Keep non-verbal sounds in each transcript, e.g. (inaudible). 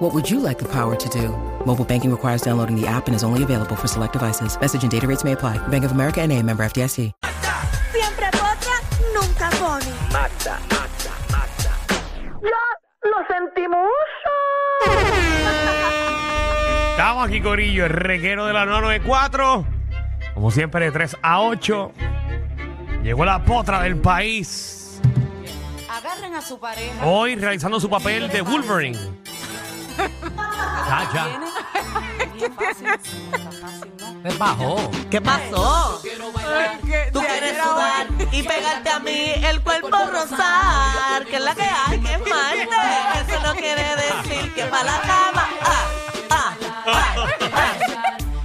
What would you like the power to do? Mobile banking requires downloading the app and is only available for select devices. Message and data rates may apply. Bank of America and a member FDIC. Siempre potra, nunca pone. Estamos aquí, Corillo, el reguero de la 994. Como siempre, de 3 a 8. Llegó la potra del país. Agarren a su pareja. Hoy realizando su papel de Wolverine. Ya, ya. Bien fácil, está fácil, ¿no? ¿Qué pasó? Tú quieres sudar y pegarte a mí el cuerpo rosar, que es la que hay, que es Marte. Eso no quiere decir que para la cama. Ah, ah, ah, ah.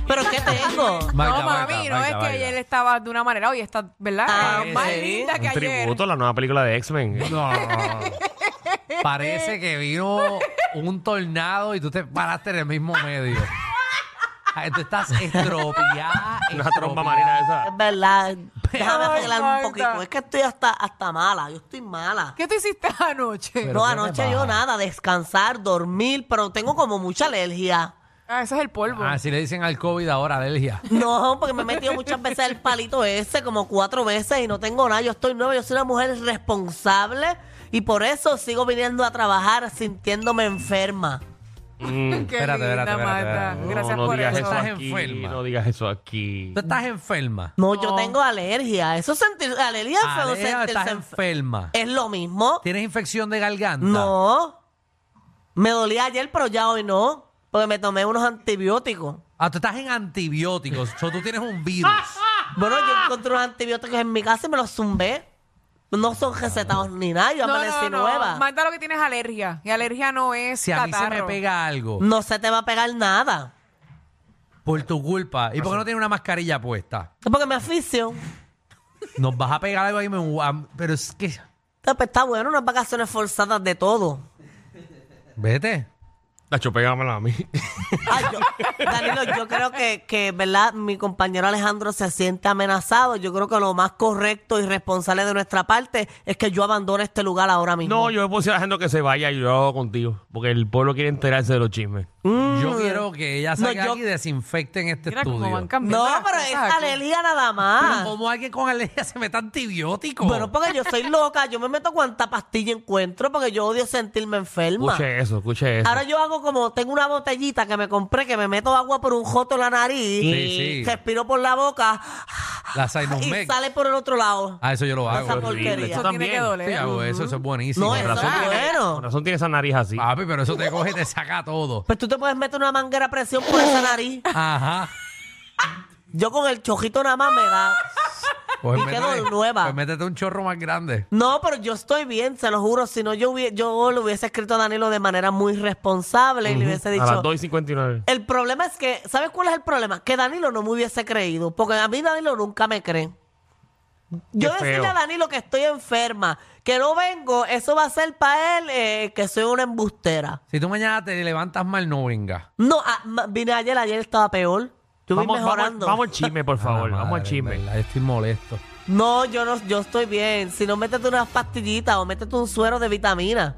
¿Pero qué tengo? No, mami, no es que ayer estaba de una manera, hoy está, ¿verdad? Ah, más sí. linda Un que ayer. tributo a la nueva película de X-Men. No. Parece que vino un tornado y tú te paraste en el mismo medio. Ay, Tú estás estropeada. (laughs) Una trompa marina esa. Es verdad. Déjame Ay, arreglar un Marta. poquito. Es que estoy hasta, hasta mala. Yo estoy mala. ¿Qué tú hiciste anoche? Pero No, ¿qué te anoche yo pasa? nada, descansar, dormir, pero tengo como mucha alergia. Ah, ese es el polvo. Así le dicen al COVID ahora, alergia. No, porque me he metido muchas veces el palito ese, como cuatro veces, y no tengo nada. Yo estoy nueva, yo soy una mujer responsable y por eso sigo viniendo a trabajar sintiéndome enferma. Mm. Qué espérate, linda, espérate, espérate, Marta. espérate. Gracias no por digas eso. eso Estás aquí. enferma. No digas eso aquí. Tú estás enferma. No, yo tengo alergia. Eso es sentir alergia, es feo Alea, sentirse estás enfer- enferma. ¿Es lo mismo? ¿Tienes infección de garganta? No. Me dolía ayer, pero ya hoy no, porque me tomé unos antibióticos. Ah, tú estás en antibióticos. O sea, tú tienes un virus. Bueno, yo encontré unos antibióticos en mi casa y me los zumbé. No son recetados ni nada, yo amanecí nueva. Marta lo que tienes es alergia. Y alergia no es Si a mí se me catarro. pega algo No se te va a pegar nada. por tu culpa, ¿y por qué no tienes una mascarilla puesta? Es porque me aficio. Nos vas a pegar algo ahí, me- am- pero es que... Está- pues, está bueno, unas vacaciones forzadas de todo. Vete. Tacho, pégamela a (laughs) mí. Ay, yo- Danilo, yo creo que, que, ¿verdad? Mi compañero Alejandro se siente amenazado. Yo creo que lo más correcto y responsable de nuestra parte es que yo abandone este lugar ahora mismo. No, yo le puedo decir a la gente que se vaya y yo lo hago contigo. Porque el pueblo quiere enterarse de los chismes. Yo quiero que ella Mm. No, salga yo- aquí y desinfecte en este Mira cómo van estudio. cambiando. No, las pero cosas es aquí. alergia nada Pero Oh, más. ¿Cómo alguien con alergia se mete antibiótico? Ah. Bueno, porque yo soy loca. Yo me meto cuanta pastilla encuentro porque yo odio sentirme enferma. Escuche eso, escuche eso. Ahora yo hago como, tengo una botellita que me compré, que me meto agua por un joto en la nariz, Sí, sí. respiro por la boca la y Sinusmec. sale por el otro lado. Ah, eso yo lo esa hago. porquería. Horrible, Eso Tú tiene también. que Sí, doler. hago eso, eso es buenísimo. No, Ah, eso es razón tiene- Con bueno. razón tiene esa nariz así. Papi, pero eso te coge y te saca todo. Pero Pues tú te puedes meter una manguera a presión por esa nariz. Ajá. Yo con el chojito nada más me da. Pues Y quedó nueva. Pues métete un chorro más grande. No, pero yo estoy bien, se lo juro. Si no, yo, hubie- yo le hubiese escrito a Danilo de manera muy responsable y le hubiese a las dicho... 2 y 59. El problema es que, ¿sabes cuál es el problema? Que Danilo no me hubiese creído, porque a mí Danilo nunca me cree. Yo Qué decirle feo. a Danilo que estoy enferma, que no vengo, eso va a ser para él eh, que soy una embustera. Si tú mañana te levantas mal, no venga. No, ah, ma- vine ayer, ayer estaba peor. Yo vine Vamos, vamos, mejorando. vamos al chisme, (laughs) por favor. Ah, vamos al madre, chisme. en verdad, Estoy molesto. No, yo no, yo estoy bien. Si no, métete unas pastillitas o métete un suero de vitamina.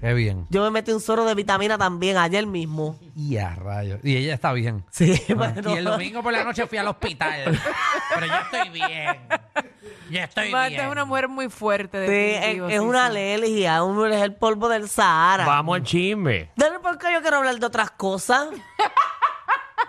Qué bien. Yo me metí un suero de vitamina también ayer mismo. (laughs) Y a rayos. Y ella está bien. Sí, Y el domingo por la noche fui al hospital. Pero yo estoy bien. Yo estoy Marta bien. es una mujer muy fuerte. Sí, es, definitivo, es sí, una sí. alergia, un- es el polvo del Sahara. Vamos al chisme. Dale, ¿por qué yo quiero hablar de otras cosas?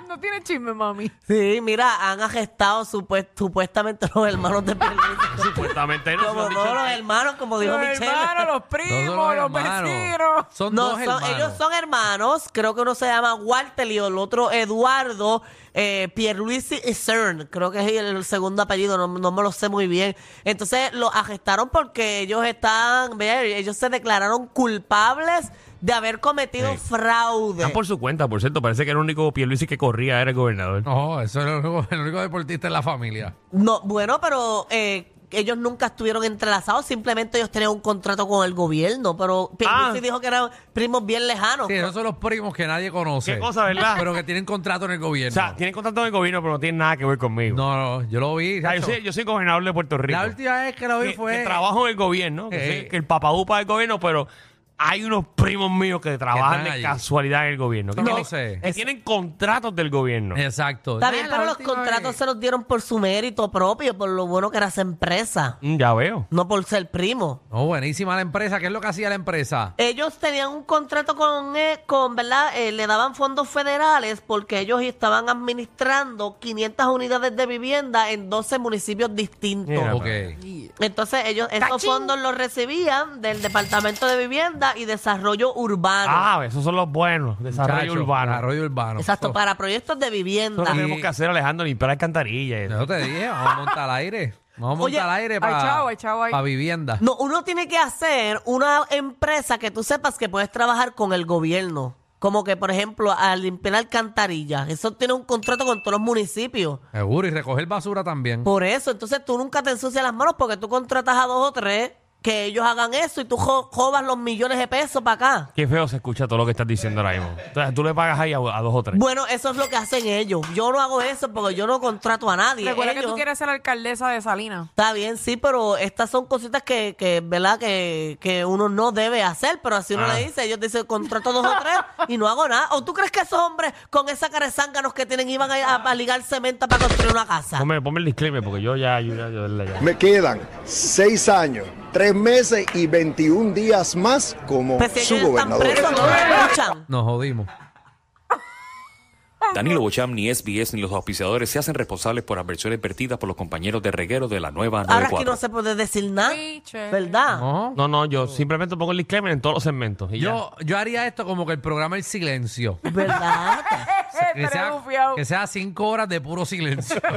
No tiene chisme, mami. Sí, mira, han arrestado supue- supuestamente los hermanos de Pedro. Supuestamente no. como son no, dichos- los hermanos, como dijo Los Michelle. hermanos, los No primos, son los, los hermanos. vecinos. Son No, dos son- hermanos. ellos son hermanos. Creo que uno se llama Walter y el otro Eduardo eh, Pierluisi Cern. Creo que es el segundo apellido, no, no me lo sé muy bien. Entonces los arrestaron porque ellos están, ve, ellos se declararon culpables de haber cometido Sí. fraude. Ah, Están por su cuenta, por cierto. Parece que el único Pierluisi que corría era el gobernador. No, eso es el único, el único deportista en la familia. No, bueno, pero eh, ellos nunca estuvieron entrelazados, simplemente ellos tenían un contrato con el gobierno, pero Pierluisi Ah. dijo que eran primos bien lejanos. Sí, esos son los primos que nadie conoce. Qué cosa, ¿verdad? Pero que tienen contrato en el O gobierno. sea, tienen contrato de gobierno, pero no tienen nada que ver conmigo. no, no, yo lo vi. O sea, yo, chacho. soy, yo soy gobernador de Puerto Rico. la última vez que lo vi que, fue. que trabajo en el gobierno, que, Eh. soy- que el papadupa del gobierno, pero hay unos primos míos que trabajan están de allí. casualidad en el gobierno. Que, No tienen, sé. que tienen contratos del gobierno. Exacto. Está bien, Ah, la pero los última contratos vez. se los dieron por su mérito propio, por lo bueno que era esa empresa, Mm, Ya veo. no por ser primo. No, buenísima la empresa. ¿Qué es lo que hacía la empresa? Ellos tenían un contrato con, eh, con ¿verdad? Eh, le daban fondos federales porque ellos estaban administrando 500 unidades de vivienda en 12 municipios distintos. Mira, Ok. Entonces ellos esos fondos los recibían del Departamento de Vivienda y Desarrollo Urbano. Ah, esos son los buenos. Desarrollo Chacho, urbano. Desarrollo urbano. Exacto, Eso- para proyectos de Eso vivienda. no tenemos que hacer, Alejandro, limpiar alcantarillas. y eso. Yo te dije, vamos a montar al aire. Vamos a Oye, montar al aire hay para chavo, hay chavo ahí. vivienda. No, uno tiene que hacer una empresa que tú sepas que puedes trabajar con el gobierno. Como que, por ejemplo, a limpiar alcantarillas. Eso tiene un contrato con todos los municipios. Seguro, y recoger basura también. Por eso, entonces tú nunca te ensucias las manos porque tú contratas a dos o tres que ellos hagan eso y tú jo- jobas los millones de pesos para acá. Qué feo se escucha todo lo que estás diciendo ahora mismo. Entonces tú le pagas ahí a, a dos Pues o tres. Bueno, eso es lo que hacen ellos. Yo no hago eso porque yo no contrato a nadie. Recuerda que tú Ellos- quieres ser alcaldesa de Salinas. Está bien, sí, pero estas son cositas que, que ¿verdad? Que, que uno no debe hacer, pero así uno Ah. le dice, ellos dicen, contrato dos o tres y no hago nada. ¿O tú crees que esos hombres con esa cara de zánganos que tienen iban a, a ligar cemento para construir una casa? Ponme, ponme el disclaimer porque yo ya... Yo, ya- yo- ya- ya. Me quedan seis años, tres meses y 21 días más como Pues si su ellos están gobernador. presos, no me escuchan. Nos jodimos. Danilo Bocham, ni SBS, ni los auspiciadores se hacen responsables por adversiones vertidas por los compañeros de reguero de la nueva Ahora aquí 94. no se puede decir nada, Sí, che. ¿verdad? Ah, No. No, no, yo simplemente pongo el disclaimer en todos los segmentos. y ya. Yo, yo haría esto como que el programa El Silencio. ¿Verdad? Que sea, bufiado. que sea cinco horas de puro (laughs) silencio. (laughs)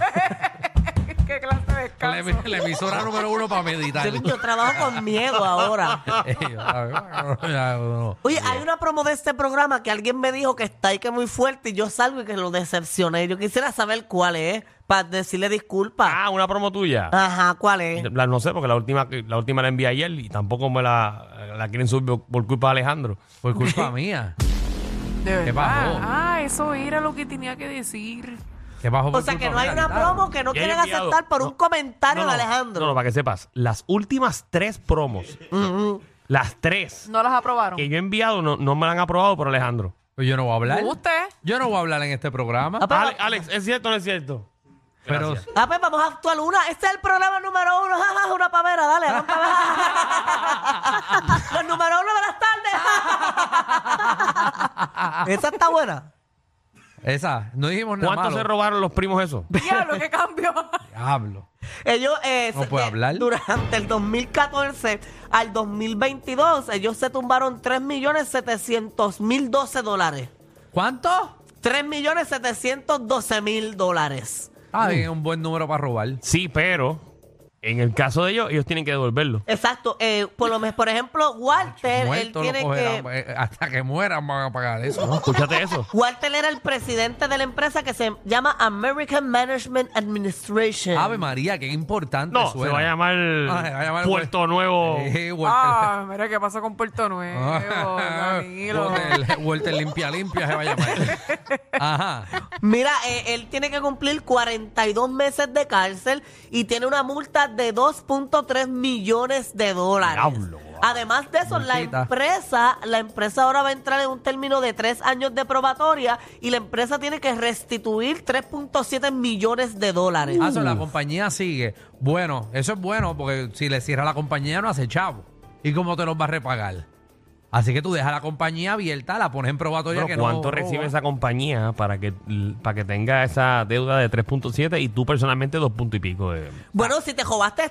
¿Qué clase de la, descanso? em- la emisora número uno para meditar. Yo, yo trabajo con miedo ahora. (laughs) Ey, ya, ya, no. Oye, hay una promo de este programa que alguien me dijo que está ahí que es muy fuerte y yo salgo y que lo decepcioné. Yo quisiera saber cuál es para decirle disculpas. Ah, una promo tuya. Ajá, ¿cuál es? La- no sé, porque la última, la última la envié ayer y tampoco me la, la quieren subir por culpa de Alejandro. Por (laughs) culpa mía. (laughs) De ¿Qué verdad. pasó? Ah, eso era lo que tenía que decir. Que bajo O por sea, culpa que no mía, hay una Alejandro. promo que no Ya yo he quieren enviado- aceptar por no, un comentario no, de no, No, Alejandro. Mm, no, para que sepas, las últimas tres promos, las tres No las aprobaron. que yo he enviado no, no me la han aprobado por Alejandro. Pues yo no voy a hablar. ¿Usted? Yo no voy a hablar en este programa. Ah, pero- Ale- Alex, ¿es cierto o no es cierto? Pero Gracias. Ah, pues vamos a actuar una. Este es el programa número uno. (laughs) Jaja, una pavera, dale, vamos pa' ver. (laughs) Los número uno de las tardes. (laughs) Esa está buena. esa, no dijimos nada. ¿Cuánto malo. se robaron los primos esos? Diablo, qué cambio. Diablo. Ellos eh, No se- puede eh, hablar. (laughs) durante el 2014 al 2022, ellos se tumbaron 3.700.012 dólares. ¿Cuánto? 3.712.000 dólares. Ah, bien, un buen número para robar. Sí, pero en el caso de ellos, ellos tienen que devolverlo. Exacto. eh, por, lo, mes- por ejemplo, Walter, él Muerto lo tiene cogerán, que... eh, Hasta que mueran van a pagar eso. No, escúchate eso. Walter era el presidente de la empresa que se llama American Management Administration. Ave María, qué importante (laughs) No, se suena. va a llamar, Ah, se va a llamar Puerto Nuevo. Eh, Walter- Ah, mira qué pasó con Puerto Nuevo, (laughs) Ah, Danilo. Walter- Walter limpia limpia se va a (laughs) llamar. Ajá. Mira, eh, él tiene que cumplir 42 meses de cárcel y tiene una multa de 2.3 millones de dólares. Diablo. Además de eso, la Multita. empresa, la empresa ahora va a entrar en un término de tres años de probatoria y la empresa tiene que restituir 3.7 millones de dólares. Uh. Ah, eso, la compañía sigue. Bueno, eso es bueno porque si le cierra la compañía no hace chavo. ¿Y cómo te los va a repagar? Así que tú dejas la compañía abierta, la pones en probatoria Bueno, que ¿Cuánto no roba. recibe esa compañía para que, para que tenga esa deuda de 3.7 y tú personalmente dos puntos y pico? De... Bueno, si te jobaste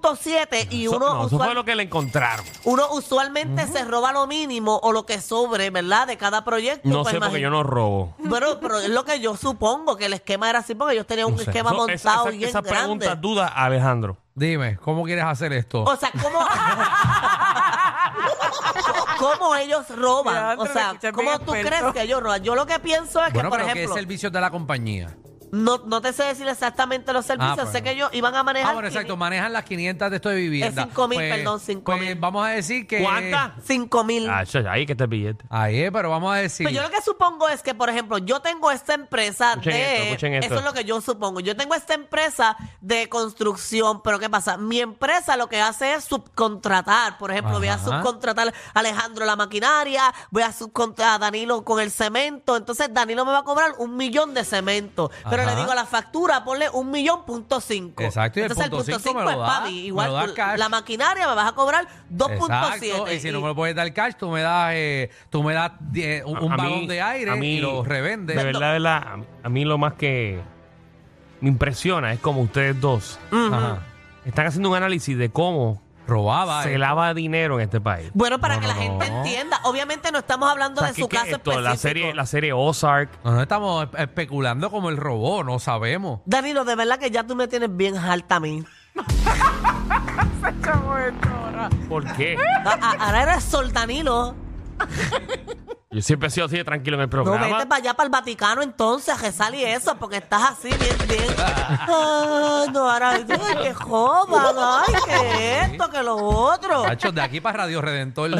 3.7 y Eso- uno, no, eso fue usual- lo que le encontraron. uno usualmente se roba lo mínimo o lo que sobre, ¿verdad? De cada proyecto. No pues sé porque imagínate. yo no robo. Bueno, pero es lo que yo supongo que el esquema era así porque ellos tenían un No sé. esquema Eso- esa- montado esa- bien Esa grande. pregunta duda, Alejandro. Dime, ¿cómo quieres hacer esto? o sea, ¿cómo, (laughs) cómo ellos roban. Diandre, O sea, escuché ¿cómo bien tú experto. crees que ellos roban? Yo lo que pienso es Bueno, que, por pero ejemplo, ¿qué servicios de la compañía? no, no te sé decir exactamente Ah, los servicios. pues. Sé que ellos iban a manejar. Ah, bueno, exacto, manejan las 500 de esto de vivienda. Es 5.000, perdón, 5.000. pues vamos a decir que... ¿Cuánta? 5 mil. Ah, eso es ahí que está el billete. Ahí es, pero vamos a decir... Pero Pues yo lo que supongo es que, por ejemplo, yo tengo esta empresa Escuchen de. esto, escuchen esto. Eso es lo que yo supongo. Yo tengo esta empresa de construcción, pero ¿qué pasa? Mi empresa lo que hace es subcontratar. Por ejemplo, voy a Ajá. subcontratar a Alejandro la maquinaria, voy a subcontratar a Danilo con el cemento. Entonces, Danilo me va a cobrar un millón de cemento. Pero Ajá. le digo la factura, ponle un millón punto cinco. Exacto, y el Entonces, punto el punto cinco cinco, me es lo da, para mí. me Igual lo da tú- cash. la maquinaria me vas a cobrar 2.7. Exacto, y si no y- me lo puedes dar cash, tú me das, eh, tú me das eh, un, un A- a balón mí- de aire a mí- y lo revendes. De verdad, de verdad, a- a mí lo más que me impresiona es como ustedes dos Ajá. están haciendo un análisis de cómo Robaba. se eh. lava dinero en este país. Bueno, para que la no, gente no. entienda. Obviamente no estamos hablando O sea, de ¿qué- su qué caso es esto? la específico. serie, la serie Ozark. No, no estamos espe- especulando como el robot, no sabemos. Danilo, de verdad que ya tú me tienes bien alta a mí. ¿Por (laughs) qué? A- a- Ahora eres Sol Danilo. Yo siempre he sido así de tranquilo en el No, programa. vete para allá, para el Vaticano entonces, a rezar y eso, porque estás así, bien, (laughs) bien. Ay, no, ahora, ay, que jodan, ay, que esto, que lo otro. Hacho, de aquí para Radio (laughs) Redentor.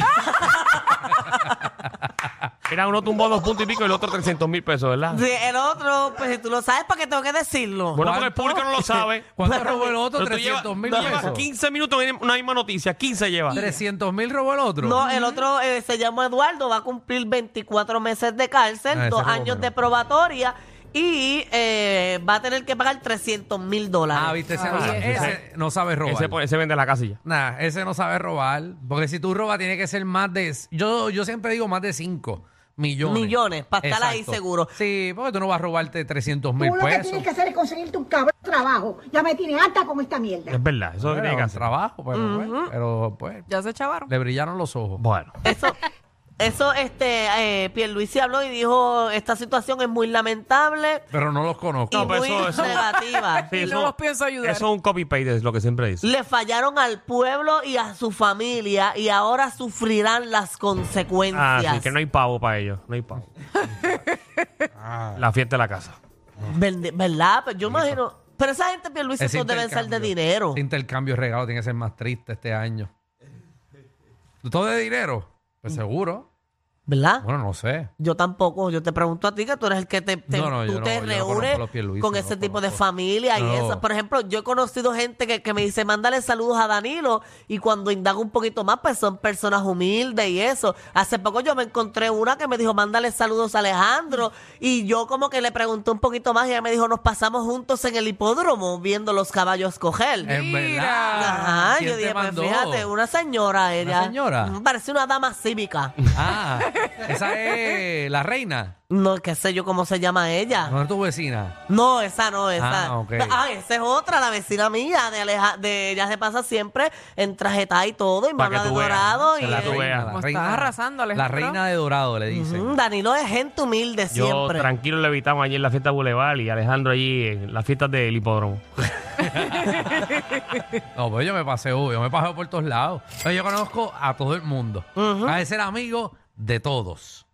Era uno tumbó dos puntos y pico y el otro 300 mil pesos, ¿verdad? Sí, El otro, pues si tú lo sabes, ¿para qué tengo que decirlo? Bueno, porque el público no lo sabe. (laughs) ¿Cuánto robó el otro? Pero tú llevas- 300 mil tú llevas pesos. 15 minutos en una misma noticia. 15 llevas. 300 mil robó el otro. No, el otro eh, se llama Eduardo, va a cumplir 24 meses de cárcel, Ah, ese dos robó años menos. de probatoria y eh, va a tener que pagar 300 mil Ah, dólares. viste, ese, no, Ay, ese no sabe robar. Ese, pone- ese vende la casilla. Nah, ese no sabe robar. Porque si tú robas, tiene que ser más de. Yo, yo siempre digo más de 5 millones. Millones, para estar ahí Exacto. seguro. Sí, porque tú no vas a robarte 300 mil Lo que tienes pesos. que hacer es conseguirte un cabrón trabajo. Ya me tiene harta con esta mierda. Es verdad, eso es lo que Bueno, tiene que hacer. trabajo, pero, pues, pero pues, Ya se chavaron. le brillaron los ojos. Bueno. Eso, eso este, eh, Pierluisi habló y dijo, esta situación es muy lamentable Pero no los conozco. y No, pero muy eso- eso- negativa. (laughs) Sí, no los pienso ayudar. Eso es un copy-paste, es lo que siempre dice. Le fallaron al pueblo y a su familia y ahora sufrirán las Ah, consecuencias. sí, que no hay pavo para ellos. No hay pavo. la fiesta de la casa. Verde- ¿Verdad? Pues yo imagino... Pero esa gente, Pierluisi, Ese eso deben ser de intercambio- dinero. ese intercambio de regalo tiene que ser más triste este año. ¿Todo de dinero? Pues seguro. ¿Verdad? Bueno, no sé. Yo tampoco, yo te pregunto a ti que tú eres el que te, te- No, no, yo tú no- te yo no conozco reúnes a los Pierluisi, con no ese los tipo de conozco. familia No. y eso. Por ejemplo, yo he conocido gente que, que me dice, mándale saludos a Danilo y cuando indago un poquito más, pues son personas humildes y eso. Hace poco yo me encontré una que me dijo, mándale saludos a Alejandro y yo como que le pregunté un poquito más y ella me dijo, nos pasamos juntos en el hipódromo viendo los caballos coger. En verdad. Ajá, Eh, ¿Quién yo te dije, pues mandó? fíjate, una señora ella. señora? Mm, Parece una dama cívica. Ah, esa es la reina. No, qué sé yo cómo se llama ella. No es tu vecina. No, esa no, esa. Ah, ok. Ah, esa es otra, la vecina mía, de Aleja, de ella se pasa siempre en trajetada y todo, y me Pa' que habla de tú veas, dorado. Y se la eh, tú veas. la Como estás arrasando, la Alejandro. reina de dorado, le dicen. mm, Danilo es gente humilde Yo siempre. tranquilo le evitamos allí en la fiesta de Boulevard y Alejandro allí en las fiestas del hipódromo. No, pues yo me paseo, yo me paseo por todos lados. Pero Yo conozco a todo el mundo. A ser amigo de todos.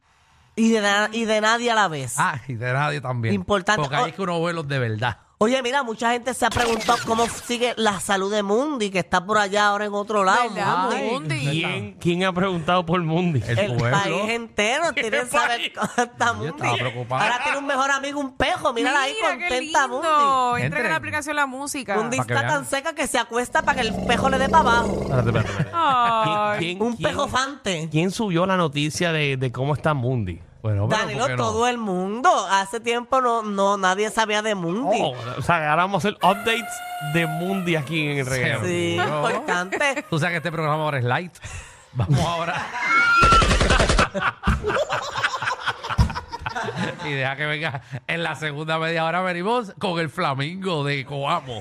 y, de na- y de nadie a la vez. Ah, y de nadie también. Importante. Porque ahí es que uno ve los de verdad. Oye, mira, mucha gente se ha preguntado cómo sigue la salud de Mundi, que está por allá ahora en otro lado. ¿Verdad? Mundi? Ay, Mundi. ¿Quién, quién ha preguntado por Mundi? El, El pueblo. país entero tiene que saber (laughs) cómo está Yo Mundi. estaba preocupado. Ahora tiene un mejor amigo, un pejo. Mírala ahí, Mira, qué contenta lindo. Mundi. Entra en Entren. la aplicación la música. Mundi Para que está vean. tan seca que se acuesta para que el pejo le dé para abajo. Espérate, espérate, espérate. (laughs) Ay. ¿Quién- Un quién- pejofante. ¿Quién subió la noticia de, de cómo está Mundi? Bueno, pero ¿por Danilo, qué no? todo el mundo. Hace tiempo no, no nadie sabía de Mundi. Oh, o sea, ahora vamos a hacer updates de Mundi aquí en el reguero. sí, (laughs) seguro. importante. Tú sabes que este programa ahora es light. (laughs) Vamos ahora. y deja que venga en la segunda media hora venimos con el flamingo de Coamo.